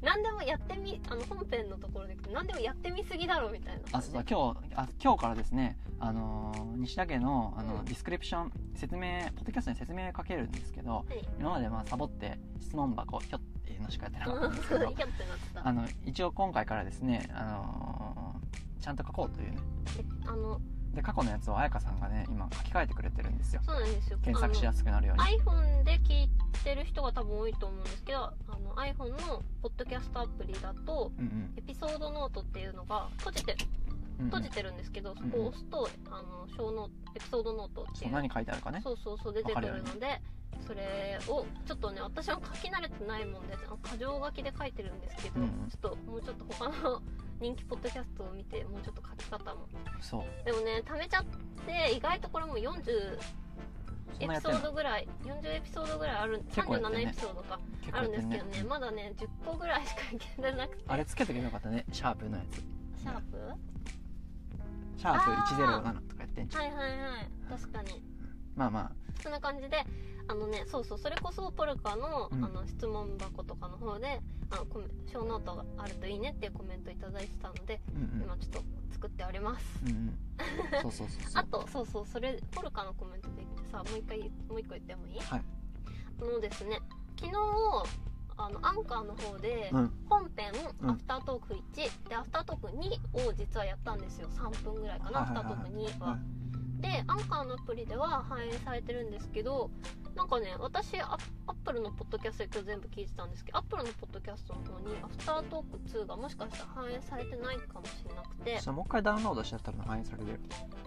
B: 何でもやってみあの本編のところで何でもやってみすぎだろみたいな
A: あそうだ今日あ今日からですねあのー西田家のあ
B: う
A: の
B: ん
A: ディスクリプション説明ポッドキャストに説明かけるんですけ ど
B: はい
A: 今までまあサボって質問箱ひょっていうのしかやってなかったんですけ
B: うん
A: ど
B: ひょってなってた
A: あの一応今回からですねあのーちゃんと書こうというね
B: えあの
A: で過去のやつを彩香さんがね今書き換えてくれてるんですよ
B: そうなんですよ
A: 検索しやすくなるように
B: iPhone で聞いてる人が多分多いと思うんですけどあの iPhone のポッドキャストアプリだと
A: うんうん
B: エピソードノートっていうのが閉じて
A: うんうん
B: 閉じてるんですけどそこを押すとあの小ノーエピソードノートって
A: そ
B: いうう
A: 何書いてあるかね
B: そうそうそう出てくるのでそれをちょっとね私は書き慣れてないもんで過剰書きで書いてるんですけど、
A: うん
B: ちょっともうちょっと他の人気ポッドキャストを見てもうちょっと書き方も
A: そう
B: でもね溜めちゃって意外とこれもう40
A: そ
B: エ
A: んなや
B: ピ
A: って
B: ソ
A: んの
B: ードぐらい40エピソードぐらいある
A: 結構やってん
B: 37
A: ね
B: エピソードか
A: 結構
B: あ
A: やっ
B: るん
A: て
B: ですけど
A: ん
B: ねまだね10個ぐらいしかいけてなくて
A: あれつけとけばよかったねシャープのやつ
B: シャープ
A: シャープ
B: あー
A: 107とかやってんじゃん
B: はいはいはい確かに
A: まあま
B: そんな感じであのねそうそうそれこそポルカの,、
A: うん
B: あの質問箱とかの方であのコメショーノートがあるといいねっていうコメントいただいてたので、
A: あうんうん
B: 今ちょっと作っております
A: うんうんそうそうそうそう
B: あとそうそうそれポルカのコメントで言ってさもう一回もう一個言ってもいい
A: はい
B: あのですね昨日あのアンカーの方で、
A: うん
B: 本編、
A: うん
B: アフタートーク1でアフタートーク2を実はやったんですよ3分ぐらいかな、
A: はいはいはい
B: アフタートーク2は、でアンカーのアプリでは反映されてるんですけどなんかね私アアップルのポッドキャストで今日全部聞いてたんですけどアップルのポッドキャストの方にアフタートーク2がもしかしたら反映されてないかもしれなくて
A: そうもう一回ダウンロードしてやったら反映されるよ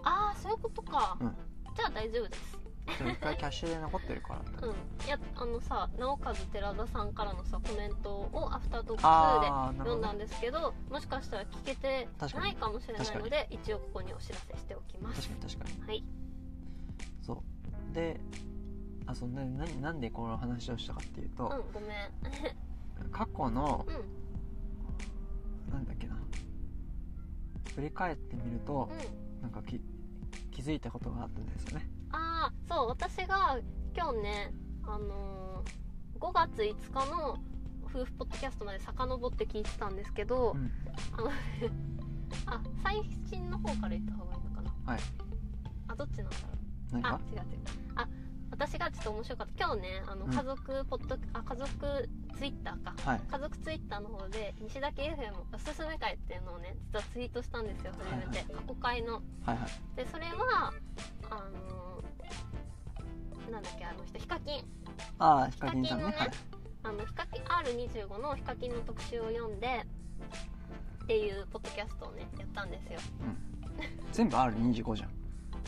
B: ああそういうことか、
A: うん
B: じゃあ大丈夫です
A: それ一回キャッシュで残ってるから
B: うん、いやあのさ直和寺田さんからのさコメントをアフタートーク2で
A: ああなる
B: 読
A: ほ
B: んだ
A: ど
B: ん
A: ね
B: ですけどもしかしたら聞けてないかもしれないので一応ここにお知らせしておきます
A: 確かに確かに
B: はい
A: そうであそうなななんでこの話をしたかっていう
B: うん
A: と
B: ごめん
A: 過去の
B: うん
A: なんだっけな振り返ってみると
B: うん
A: なんかき気づいたことがあったんですよね
B: ああそう私が今日ねあのー5月5日の夫婦ポッドキャストまで遡って聞いてたんですけど、
A: うん
B: あの あ最新の方から言った方がいいのかな
A: はい
B: あどっちなんだろう
A: 何
B: あ
A: か
B: 違う違うあ私がちょっと面白かった今日ねあの
A: うん
B: 家族ポッド、あ家族ツイッターか
A: はい
B: 家族ツイッターの方で西田家 FM おすすめ会っていうのをね実はツイートしたんですよ初めて、過去会の
A: はいはい
B: でそれはあのなんだっけあの人ヒカキン
A: ああヒカキンさんね
B: ヒカキンのねあのヒカキン R25 のヒカキンの特集を読んでっていうポッドキャストをねやったんですよ
A: 全部 R25 じゃん
B: そうそう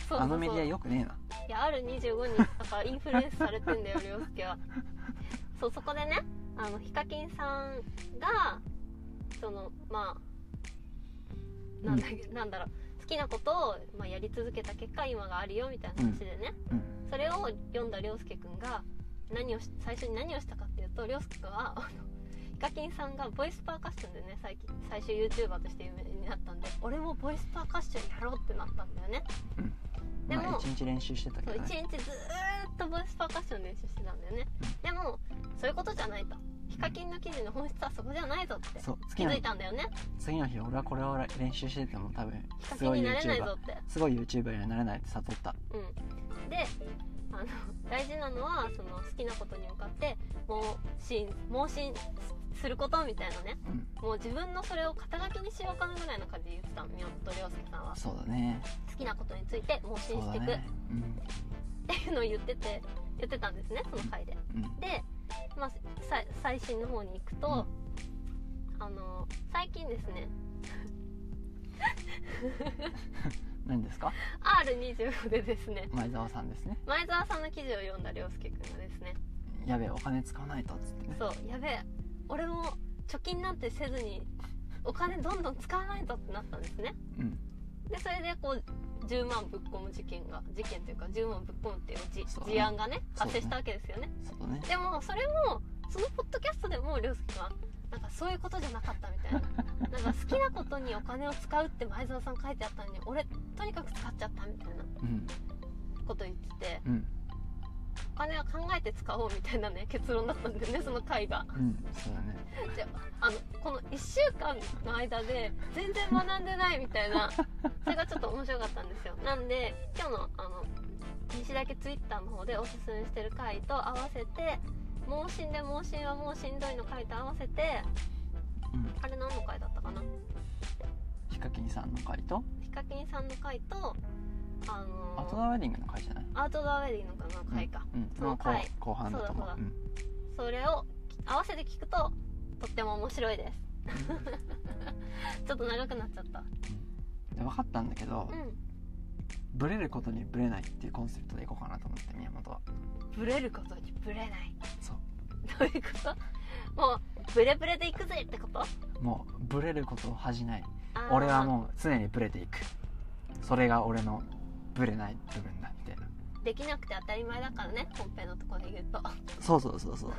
B: そう
A: あのメディアよくねえない
B: や R25 になんかインフルエンスされてんだよ涼介は そうそこでねあのヒカキンさんがそのまあなんだ,、なんだろう好きなことを、まあ、やり続けた結果今があるよみたいな話でね、
A: うん
B: それを読んだ涼介くんが何をし最初に何をしたかっていうと涼介くんはあのヒカキンさんがボイスパーカッションでね最近最終 YouTuber として有名になったんで俺もボイスパーカッションやろうってなったんだよねでも
A: まあ1日練習してたけ
B: そう
A: ど
B: 1
A: ね
B: 日ずーっとボイスパーカッション練習してたんだよねでもそういうことじゃないとヒカキンの記事の本質はそこじゃないぞって
A: そう
B: 気
A: 次の
B: づ
A: 日
B: いたんだよね
A: 次の日俺はこれを練習してても多分
B: ヒカ
A: す
B: キン
A: ごい
B: になれない
A: YouTuber
B: ぞって
A: すごい YouTuber にはなれないって悟った
B: うんであの大事なのはその好きなことに向かって盲信盲信することみたいなね
A: うん
B: もう自分のそれを肩書きにしようかなぐらいの感じで言ってたの宮本亮介さんは
A: そうだね
B: 好きなことについて盲信
A: そう
B: し
A: だ
B: ていくっ
A: ねうん
B: ていうのを言ってて言ってたんですねその回で
A: うん
B: で、まあ、さ最新の方に行くと、あの最近ですね
A: 何ですか
B: R25 でですね
A: 前澤さんですね
B: 前澤さんの記事を読んだ涼介くんがですね
A: やべえお金使わないとっつってね
B: そうやべえ俺も貯金なんてせずにお金どんどん使わないとってなったんですね
A: うん
B: でそれでこう10万ぶっ込む事件が事件というか10万ぶっ込むっていうじ
A: そうね
B: 事案がね
A: そうね
B: 発生したわけですよね
A: そうだね
B: でもそれもそのポッドキャストでも涼介はなんかそういうことじゃなかったみたいな なんか好きなことにお金を使うって前澤さん書いてあったのに俺とにかく使っちゃったみたいな
A: うん
B: こと言ってて
A: うん
B: お金は考えて使おうみたいなね結論だったんだよねその回が
A: うんそうだね
B: であのこの1週間の間で全然学んでないみたい なそれがちょっと面白かったんですよなんで今日のあの西だけツイッターの方でおすすめしてる回と合わせて「盲信で盲信はもうしんどい」の回と合わせて
A: うん
B: あれ何の回だったかな
A: ヒカキンさんの回と
B: ヒカキンさんの回とあ
A: アウト
B: の
A: ドアウェディングの回じゃない
B: アウトドアウェディングの回か、
A: うん
B: その回
A: 後後半だと思う
B: そうだ
A: うん
B: それを合わせて聞くととっても面白いですちょっと長くなっちゃった
A: で分かったんだけど
B: うん
A: ブレることにブレないっていうコンセプトでいこうかなと思って宮本は
B: ブレることにブレない
A: そう
B: どういうこともうブレブレで行くぜってこと
A: もうブレることを恥じない
B: あー
A: 俺はもう常にブレていくそれが俺のブレない部分だみたいな
B: できなくて当たり前だからね本編のところで言うと
A: そうそうそうそう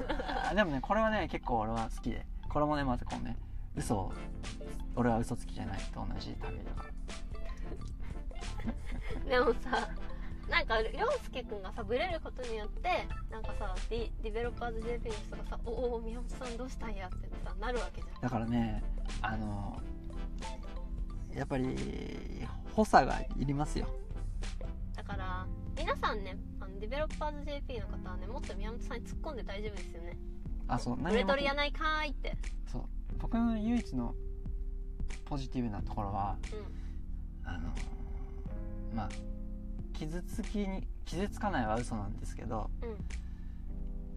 A: あ でもねこれはね結構俺は好きでこれもねまずこうね嘘を俺は嘘つきじゃないと同じ旅だから
B: でもさなんか涼介くんがさブレることによってなんかさディディベロッパーズ JP の人がさ「おお宮本さんどうしたんや」ってさなるわけじ
A: だからねあのやっぱり補佐がいりますよ
B: ゃんだから皆さんねあのディベロッパーズ JP の方はねもっと宮本さんに突っ込んで大丈夫ですよね
A: あそう
B: ブレ取りや
A: な
B: ないかーいって
A: そう僕の唯一のポジティブなところは
B: うん
A: あのまあ傷つきに傷つかないは嘘なんですけど
B: うん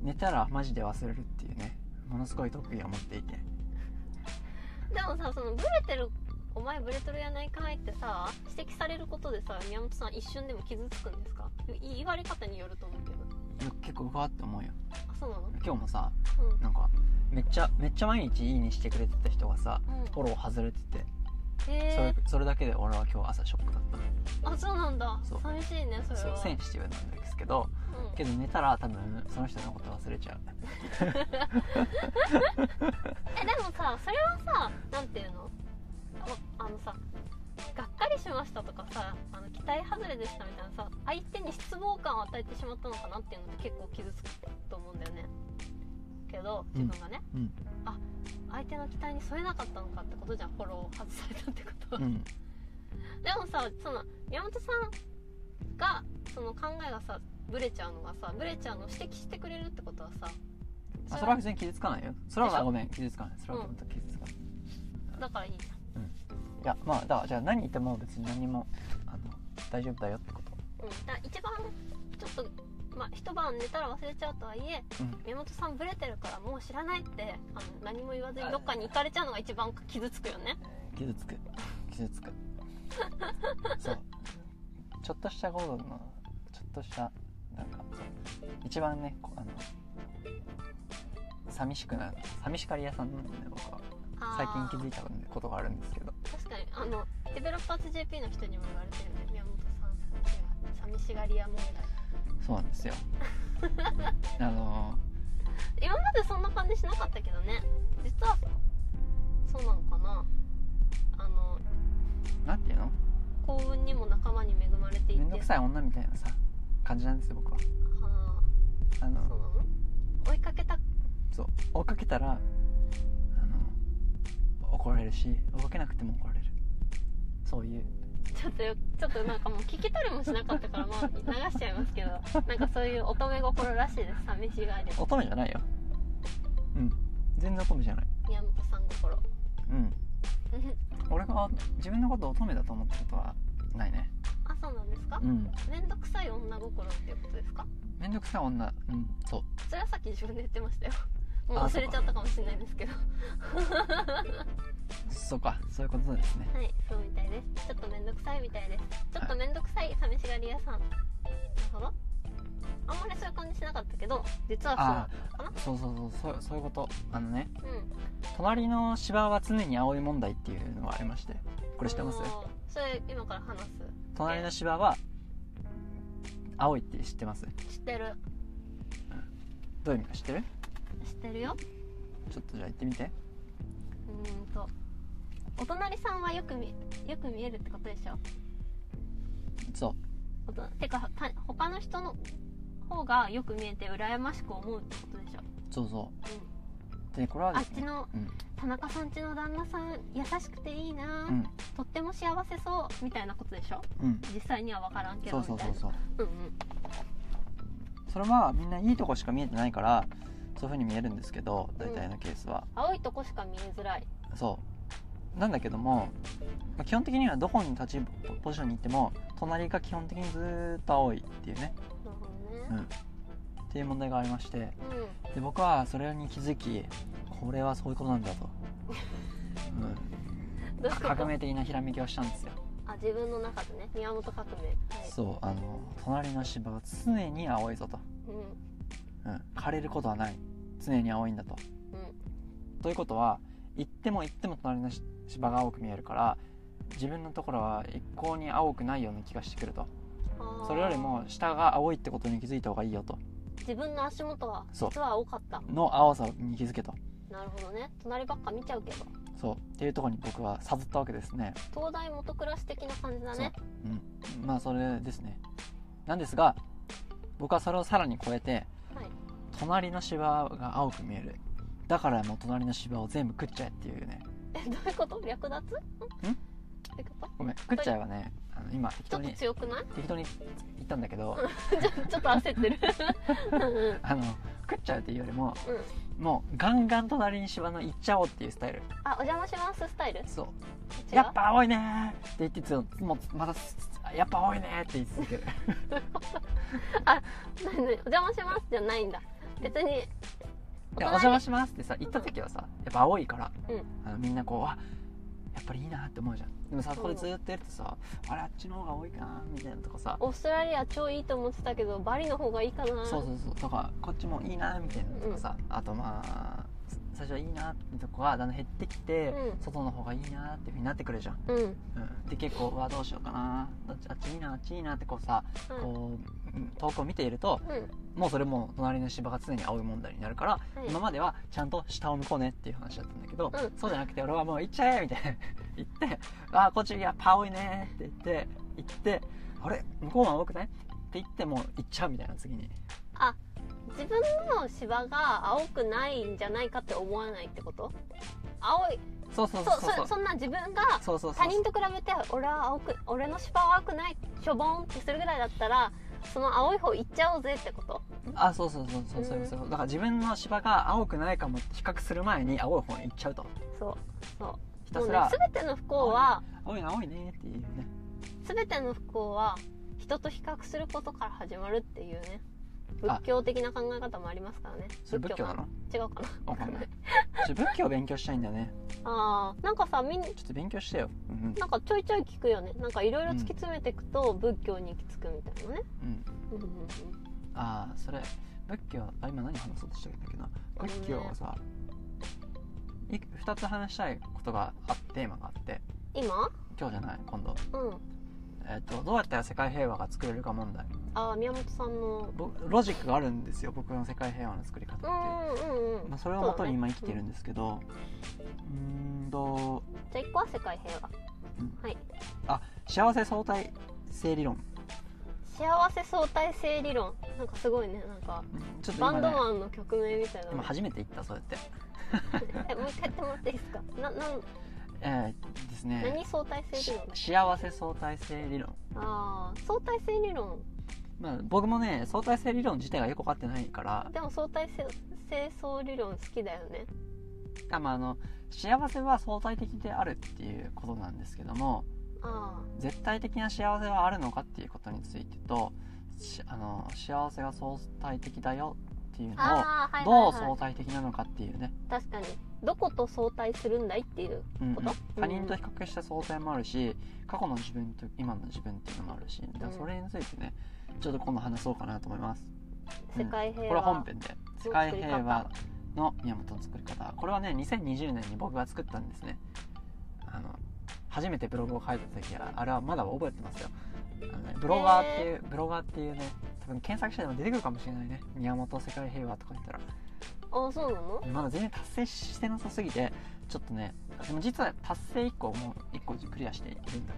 A: 寝たらマジで忘れるっていうねものすごい特技を持っていて
B: でもさそのブレてるお前ブレとるやないかいってさ指摘されることでさ宮本さん一瞬でも傷つくんですかい言われ方によると思うけど
A: 結構うわって思うよ
B: あそうなの
A: 今日もさ
B: うんうん
A: なんかめっちゃめっちゃ毎日いいねしてくれてた人がさフォロー外れててそれ
B: へえ
A: それだけで俺は今日朝ショックだった
B: あそうなんだ
A: そう
B: 寂しいねそれ
A: そう
B: は
A: センシティブなんですけど
B: うん
A: けど寝たら多分その人のこと忘れちゃう
B: えでもさそれはさなんていうのああのさがっかりしましたとかさあの期待外れでしたみたいなさ相手に失望感を与えてしまったのかなっていうのって結構傷つくと思うんだよねけど自分がね、
A: うん
B: あ相手の期待に添えなかったのかってことじゃんフォローを外されたってこと
A: う
B: は、で
A: ん
B: もさその宮本さんがその考えがさブレちゃうのがさブレちゃうのを指摘してくれるってことはさ
A: あそ
B: そ
A: れ
B: れ
A: は
B: は
A: 別に傷つかないよそれ
B: でし
A: は
B: ょ
A: ごめん傷つかないそれは本当傷つかない、
B: だからいいじ
A: いやまあだからじゃあ何言っても別に何もあの大丈夫だよってこと
B: ゃん、うん、だから一番ちょっと、まあ、一晩寝たら忘れちゃうとはいえ
A: うん
B: 宮本さんブレてるからもう知らないってあの何も言わずにどっかに行かれちゃうのが一番傷つくよね
A: 傷つく傷つくそうちょっとしたことのちょっとしたなんかそう一番ねこあの寂しくなる寂しかり屋さんなんでね僕は最近気づいたことがあるんですけど
B: た確かにあのデベロッパーズ JP の人にも言われてるね宮本さん寂しがり屋問題
A: そうなん ですよあの
B: 今までそんな感じしなかったけどね実はそうなのかなあの
A: なんていうの
B: 幸運にも仲間に恵まれていて
A: 面倒くさい女みたいなさ感じなんですよ僕は
B: は
A: あ
B: あそう
A: の
B: なの追いかけた
A: そう追っかけたらあの怒られるし追っかけなくても怒られるそういう
B: ちょっとよちょっとなんかもう聞き取りもしなかったからもう流しちゃいますけどなんかそういう乙女心らしいです寂しがり屋
A: 乙女じゃないようん全然乙女じゃない
B: 宮本さん心
A: うん俺が自分のことを乙女だと思ったことはないね
B: あそうなんですか
A: うん
B: 面倒くさい女心っていうことですか
A: 面倒くさい女うんそう
B: それはさっき自分で言ってましたよもう
A: あ
B: 忘れちゃったかもしれないですけど
A: そうかそういうことですね
B: はい、そうみたいです。ちょっとめんどくさいみたいです。ちょっとめんどくさい寂しがり屋さん。なるほど。あんまりそういう感じしなかったけど、実は
A: あ
B: そうかな。
A: そうそうそうそうそういうことあのね
B: うん。
A: 隣の芝は常に青い問題っていうのがありましてこ
B: こ
A: れ知ってます
B: それ今から話す。
A: 隣の芝は青いって知ってます
B: 知ってる。
A: どういう意味か知ってる
B: 知ってるよ。
A: ちょっとじゃあ言ってみて
B: うーんと。お隣さんはよく見よく見えるってことでしょ
A: そう
B: おとてかた他の人の方がよく見えて羨ましく思うってことでしょ
A: そうそうでこれは
B: あ
A: で
B: っ
A: す
B: ち
A: ね
B: の
A: うん
B: 田中さんちの旦那さん優しくていいな、
A: うん
B: とっても幸せそうみたいなことでしょ
A: うん
B: 実際には分からんけ
A: そ
B: ど
A: う
B: みた
A: そ
B: いうな
A: そうそう
B: うんうん
A: それはみんないいとこしか見えてないからそういうふうに見えるんですけど大体のケースは、
B: 青いとこしか見えづらい
A: そうなんだけども、まあ基本的にはどこに立ちポポジションに行っても隣が基本的にずーっと青いっていうね
B: なる
A: う
B: ほど
A: ん
B: ね
A: っていう問題がありまして
B: うん、
A: で僕はそれに気づきこれはそういうことなんだと、
B: どういう
A: うん、
B: こと
A: 革命的なひらめきをしたんですよ、
B: あ自分の中でね宮本革命はい
A: そうあの隣の芝は常に青いぞと、
B: う、ん
A: うん、枯れることはない常に青いんだと
B: うん、
A: ということは行っても行っても隣の芝が青く見えるから自分のところは一向に青くないような気がしてくると
B: あー
A: それよりも下が青いってことに気づいた方がいいよと
B: 自分の足元は
A: そう
B: 実は青かった
A: の青さに気づけと
B: なるほどね隣ばっか見ちゃうけど
A: そうっていうところに僕は悟ったわけですね
B: 東大元暮らし的な感じだね
A: うんまあそれですねなんですが僕はそれをさらに超えて
B: はい
A: 隣の芝が青く見えるだからもう隣の芝を全部食っちゃえっていうね
B: えどういうこと略奪んどういうこ
A: ごめん食っちゃえはねあの今適当
B: とちょっと
A: に
B: 強くない
A: 適当に言ったんだけど
B: ちょちょっと焦 ってるうんうんうん
A: あの食っちゃうっていうよりももうガンガン隣に芝の行っちゃおうっていうスタイル
B: あお邪魔しますスタイル違
A: そう
B: う
A: やっぱ青いねーって言ってつもうまたやっぱ青いねーって言い続 ける
B: 何何お邪魔しますじゃないんだ別に
A: でお邪魔しますってさ行った時はさやっぱ青いから、
B: うん
A: あのみんなこうあやっぱりいいなって思うじゃんでもさそこでずっとやるとさ、あれあっちの方が多いかなみたいなとかさ、
B: オーストラリア超いいと思ってたけどバリの方がいいかな
A: そうそうそうとかこっちもいいなみたいなとかさ、あとまあ最初はいいなってとこがだんだん減ってきて、
B: うん
A: 外の方がいいなっていうふうになってくるじゃん、
B: うん、うん
A: うん、で結構うわどうしようかなどっちあっちいいなあっちいいなってこうさ、こううん遠くを見ていると
B: うん
A: もうそれもう隣の芝が常に青い問題になるから、
B: はい
A: 今まではちゃんと下を向こうねっていう話だったんだけど、
B: うん
A: そうじゃなくて俺はもう行っちゃえみたいな言って 「ああこっちやっぱ青いね」って言って行って「あれ向こうは青くない?」って言ってもう行っちゃうみたいな次に
B: あ自分の芝が青くないんじゃないかって思わないってこと青い
A: そうそうそ
B: そ
A: うう
B: そ
A: そう
B: そんな自分が
A: そうそうそう
B: 他人と比べて俺は青く俺の芝は青くないしょぼんってするぐらいだったらその青い方行っちゃおうぜってこと
A: あそうそうそうそうそう
B: うん
A: そうだから自分の芝が青くないかもって比較する前に青い方に行っちゃうと
B: そうそ
A: ひ
B: う
A: た
B: も
A: す
B: うね
A: ら
B: 全ての不幸は
A: 「青いな青いね」っていうね
B: 全ての不幸は人と比較することから始まるっていうね仏教的な考え方もありますからね
A: それ仏教なの
B: 違うかな
A: わかんないちょ仏教勉強したいんだよね
B: あーなんかさみん
A: ちょっと勉強してようん
B: なんかちょいちょい聞くよねなんかいろいろ突き詰めていくと仏教に行き着くみたいなね、
A: うん、うん、
B: うんうんうん、
A: ああそれ仏教あ今何話そうとしてたんだっけな
B: あのね
A: 仏教はさい2つ話したいことがあってテーマがあって
B: 今
A: 今日じゃない今度、
B: うん
A: えっとどうやったら世界平和が作れるか問題
B: あー宮本さんの
A: ぼロジックがあるんですよ僕の世界平和の作り方って
B: う
A: いうん
B: うんうん
A: まあ、それをもとに今生きてる
B: うん
A: んですけどう,、ん、んと
B: じゃあ一個は世界平和
A: 幸せ相対性理論
B: 幸せ相対性理論なんかすごいねなんか
A: うんちょっと
B: バ
A: 今
B: ンド
A: ね
B: マンの曲名みたいな
A: 今初めて言ったそうやって
B: えもう一回やってもらっていいですかななん
A: えー、ですね
B: 何相対性理論
A: し幸せ相対性理論
B: ああ相対性理論
A: まあ僕もね相対性理論自体がよく分かってないから
B: でも相対性性相理論好きだよね
A: あ、まあ、あの幸せは相対的であるっていうことなんですけども
B: あ
A: 絶対的な幸せはあるのかっていうことについてとしあの幸せが相対的だよっていうの
B: ー
A: を
B: あーはい
A: どう
B: はい
A: 相
B: は
A: 対的なのかっていうね、
B: い確かにどこと相対するんだいっていう
A: うんうん
B: こと
A: 他人と比較した相対もあるし過去の自分と今の自分っていうのもあるしだからそれについてねちょっと今度話そうかなと思います
B: 世界平和
A: これ本編で
B: の
A: 世界平和の宮本の作り方これはね2020年に僕が作ったんですねあの初めてブログを書いた時あれはまだ覚えてますよあの、ね、ブロガーっていう、ブロガーっていうね多分検索してでも出てくるかもしれないね宮本世界平和とか言ったら
B: ああそうなの
A: まだ全然達成してなさすぎてちょっとねでも実は達成1個もう1個クリアしているんだ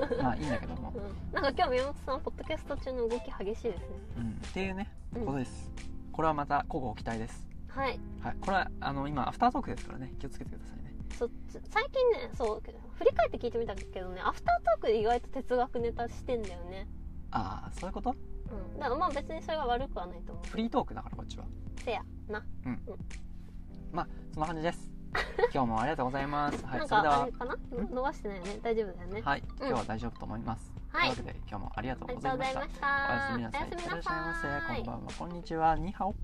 A: けどまあいいんだけども、
B: うんなんか今日宮本さんポッドキャスト中の動き激しいですね
A: うん、っていうね
B: うん
A: ことです、これはまた交互期待です
B: はい
A: はいこれはあの今アフタートークですからね気をつけてくださいね
B: そ最近ねそう振り返って聞いてみたけどねアフタートークで意外と哲学ネタしてんだよね
A: ああそういうこと
B: うんだからまあ別にそれが悪くはないと思
A: フリートークだからこっちは
B: うせやな
A: まあそんな感じです 今日もありがとうございますはい
B: なん
A: それで
B: かあ
A: は
B: れかな逃してないよね大丈夫だよね
A: はい今日は大丈夫と思います、
B: はい
A: というわけで今日もありがと
B: あ
A: う
B: り
A: ご
B: が
A: ざ
B: と
A: いうま
B: ござ
A: した
B: いました
A: おやすみなさい
B: おやすみ
A: いらっ
B: な
A: しゃいませ
B: さい
A: こんばんはこんにちはニーハオ